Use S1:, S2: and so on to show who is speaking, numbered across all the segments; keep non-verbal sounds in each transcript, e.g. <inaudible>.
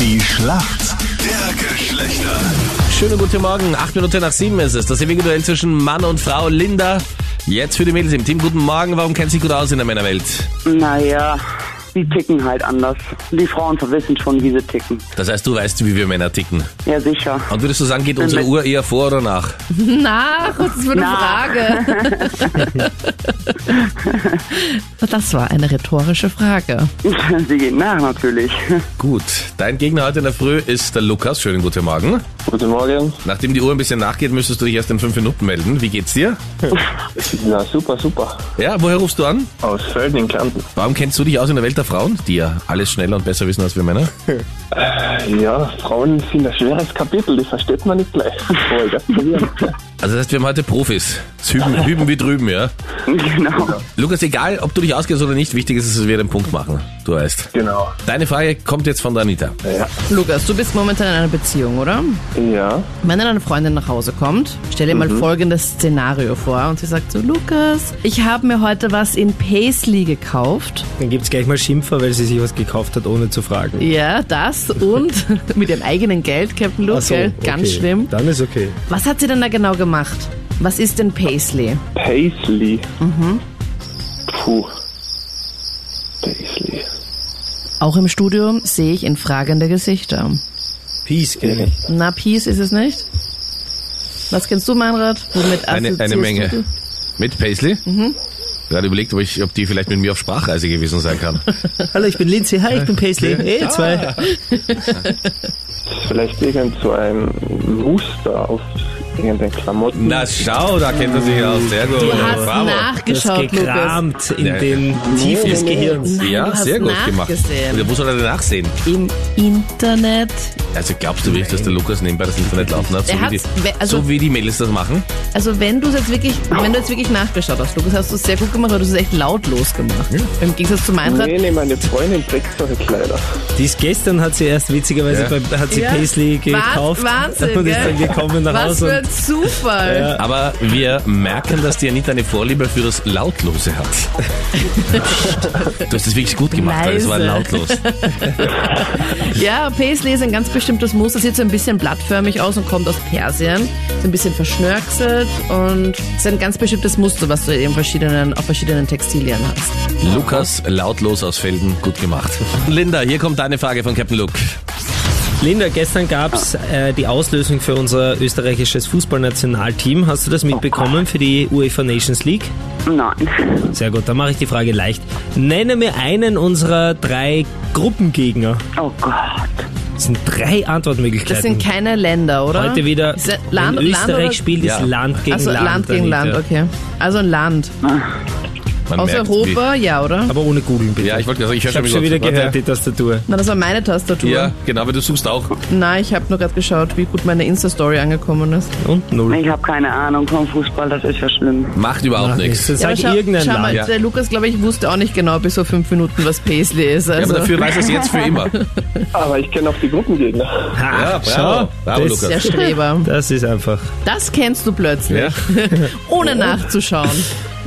S1: Die Schlacht der Geschlechter.
S2: Schönen guten Morgen. Acht Minuten nach sieben ist es. Das ewige Duell zwischen Mann und Frau. Linda, jetzt für die Mädels im Team. Guten Morgen. Warum kennt sie gut aus in der Männerwelt?
S3: Naja, die ticken halt anders. Die Frauen wissen schon, wie sie ticken.
S2: Das heißt, du weißt, wie wir Männer ticken.
S3: Ja, sicher. <laughs>
S2: Und würdest du sagen, geht unsere
S3: mit-
S2: Uhr eher vor oder nach?
S4: Na, was ist für eine
S3: Na.
S5: <laughs>
S4: Frage? das war eine rhetorische Frage.
S3: sie gehen nach natürlich. <laughs>
S2: Gut. Dein Gegner heute in der Früh ist der Lukas. Schönen guten Morgen.
S6: Guten Morgen.
S2: Nachdem die Uhr ein bisschen nachgeht, müsstest du dich erst in fünf Minuten melden. Wie geht's dir?
S6: Na super, super.
S2: Ja, woher rufst du an?
S6: Aus Völden in Kärnten.
S2: Warum kennst du dich aus in der Welt der Frauen, die ja alles schneller und besser wissen als wir Männer?
S6: Ja, Frauen sind ein schweres Kapitel, das versteht man nicht gleich. <laughs> Aber ich werd's probieren.
S2: Also das heißt, wir haben heute Profis. Das hüben, hüben wie drüben, ja?
S3: genau.
S2: Lukas, egal, ob du dich auskennst oder nicht, wichtig ist, es, dass wir den Punkt machen. Du weißt.
S6: <laughs> genau.
S2: Deine Frage kommt jetzt von der Anita.
S6: Ja.
S4: Lukas, du bist momentan in einer Beziehung, oder?
S6: ja.
S4: Wenn deine Freundin nach Hause kommt, stell dir mal
S5: Mhm.
S4: folgendes Szenario vor und sie sagt so, Lukas, ich habe mir heute was in Paisley gekauft.
S5: Dann gibt's gleich mal Schimpfer, weil sie sich was gekauft hat, ohne zu fragen.
S4: Ja, das und <laughs> mit ihrem eigenen Geld, Captain Luke,
S5: Ach so,
S4: gell? ganz
S5: okay.
S4: schlimm.
S5: Dann ist okay.
S4: Was hat sie denn da genau gemacht? Was ist denn Paisley?
S6: Paisley. Mhm. Puh. Paisley.
S4: Auch im Studium sehe ich in fragende Gesichter.
S5: Peace, gell?
S4: Na, Peace ist es nicht. Was kennst du, Meinrad? Womit
S2: Eine,
S4: assoziierst
S2: eine
S4: du Mhm.
S2: Menge.
S4: die?
S2: Mit Paisley? Gerade überlegt, ob, ich, ob die vielleicht mit mir auf Sprachreise gewesen sein kann.
S5: Hallo, ich bin Lindsay. Hi, ich bin Paisley. Hey, zwei.
S6: Ist vielleicht irgend so ein Muster auf irgendeinen Klamotten.
S2: <laughs> Na schau, da kennt er sich aus. Sehr gut.
S4: Du hast
S2: Bravo.
S5: Das
S4: nachgeschaut, Lukas.
S5: gekramt in
S2: Ja.
S5: den Tiefen des Gehirns.
S2: ja,
S4: du hast
S2: sehr gut gemacht.
S4: nachgesehen.
S2: Da muss man dann nachsehen.
S4: Im Internet.
S2: Also glaubst du wirklich, dass der Lukas nebenbei das Internet laufen hat? So,
S4: Er
S2: wie
S4: hat's-
S2: die,
S4: we- also-
S2: so wie die Mädels das machen?
S4: Also wenn du es jetzt wirklich, wenn du jetzt wirklich nachgeschaut hast, Lukas, hast du es sehr gut gemacht, weil du es echt lautlos gemacht. Im Gegensatz zu Meinrad.
S6: Nee, nee, meine Freundin trägt solche Kleider.
S5: Die ist gestern, hat sie erst witzigerweise
S2: Ja.
S5: bei, hat sie
S4: Ja.
S5: Paisley
S4: Wah-
S5: gekauft.
S4: Wahnsinn,
S5: und ist
S4: gell?
S5: dann gekommen nach
S4: Was für
S5: Hause.
S4: ein Zufall.
S2: Aber wir merken, dass die Anita eine Vorliebe für das Lautlose
S4: <laughs>
S2: hat. Du hast es wirklich gut gemacht, weil es war
S4: Leise.
S2: lautlos.
S4: Ja, Paisley ist ein ganz bestimmtes Muster. Sieht so ein bisschen blattförmig aus und kommt aus Persien. So ein bisschen verschnörkelt und ist ein ganz bestimmtes Muster, was du eben verschiedenen, auf verschiedenen Textilien hast.
S2: Lukas, lautlos aus Felden, gut gemacht. <laughs> Linda, hier kommt deine Frage von Captain Luke.
S5: Linda, gestern gab's
S4: Ah.
S5: äh, die Auslösung für unser österreichisches Fußballnationalteam. Hast du das mitbekommen für die UEFA Nations League?
S3: Nein.
S5: Sehr gut, dann mache ich die Frage leicht. Nenne mir einen unserer drei Gruppengegner.
S3: Oh Gott.
S5: Es sind drei Antwortmöglichkeiten.
S4: Das sind keine Länder, oder?
S5: Heute wieder,
S4: Ist das Land,
S5: wenn
S4: Land
S5: Österreich
S4: oder-
S5: spielt,
S2: Ja.
S5: ist Land gegen
S4: also
S5: Land.
S4: Land gegen Land,
S5: dahinter.
S4: okay. Also ein Land.
S2: Man
S4: Aus
S2: merkt,
S4: Europa, ja, oder?
S5: Aber ohne googeln bitte.
S2: Wie, ja, ich wollte gerade sagen, ich höre
S5: ich habe schon wieder gehört, die Tastatur.
S4: Na, das war meine Tastatur.
S2: Ja, genau, aber du suchst auch.
S4: Nein, ich habe nur gerade geschaut, wie gut meine Insta-Story angekommen ist.
S5: Und null.
S3: Ich habe keine Ahnung vom Fußball, das ist ja schlimm.
S2: Macht überhaupt nichts.
S5: Dann
S4: Ja,
S5: sag
S4: aber schau,
S5: irgendein
S4: schau mal,
S5: Land.
S2: Ja.
S4: der Lukas, glaube ich, wusste auch nicht genau bis vor fünf Minuten, was Paisley ist.
S2: Ja,
S4: Also.
S2: aber dafür weiß er es jetzt für immer.
S5: <laughs>
S6: Aber ich kenne auch die ne? Gruppengegner.
S5: Ha,
S2: Ja, bravo.
S5: schau,
S2: Bravo,
S5: das,
S4: der
S2: Lukas. <laughs>
S4: Streber.
S5: das ist einfach.
S4: Das kennst du plötzlich,
S2: Ja.
S4: ohne nachzuschauen.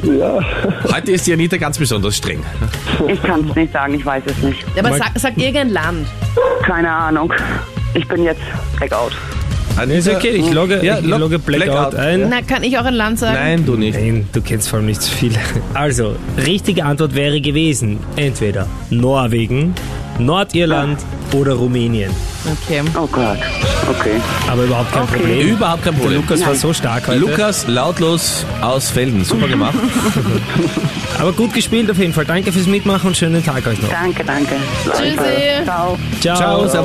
S6: Ja.
S2: Heute ist die Anita ganz besonders streng.
S3: Ich kann es nicht sagen, ich weiß es nicht.
S4: Ja, aber sag, sag irgendein Land.
S3: Keine Ahnung. Ich bin jetzt blackout.
S2: Anita,
S5: Ist okay, ich logge,
S2: Ja,
S5: ich
S2: log-
S5: logge Blackout,
S2: Blackout.
S5: ein.
S4: Na, kann ich auch ein Land sagen?
S2: Nein, du nicht.
S5: Nein, du kennst vor allem nicht so viele. <laughs> Also, richtige Antwort wäre gewesen, entweder Norwegen, Nordirland oder Rumänien.
S4: Okay.
S3: Oh Gott. Okay.
S5: Aber überhaupt kein Problem.
S2: Überhaupt kein Problem.
S5: Lukas war so stark heute.
S2: Lukas lautlos aus Felden. Super gemacht.
S5: Aber gut gespielt auf jeden Fall. Danke fürs Mitmachen und schönen Tag euch noch.
S3: Danke, danke.
S4: Tschüssi.
S3: Ciao.
S5: Ciao.
S2: Ciao, servus.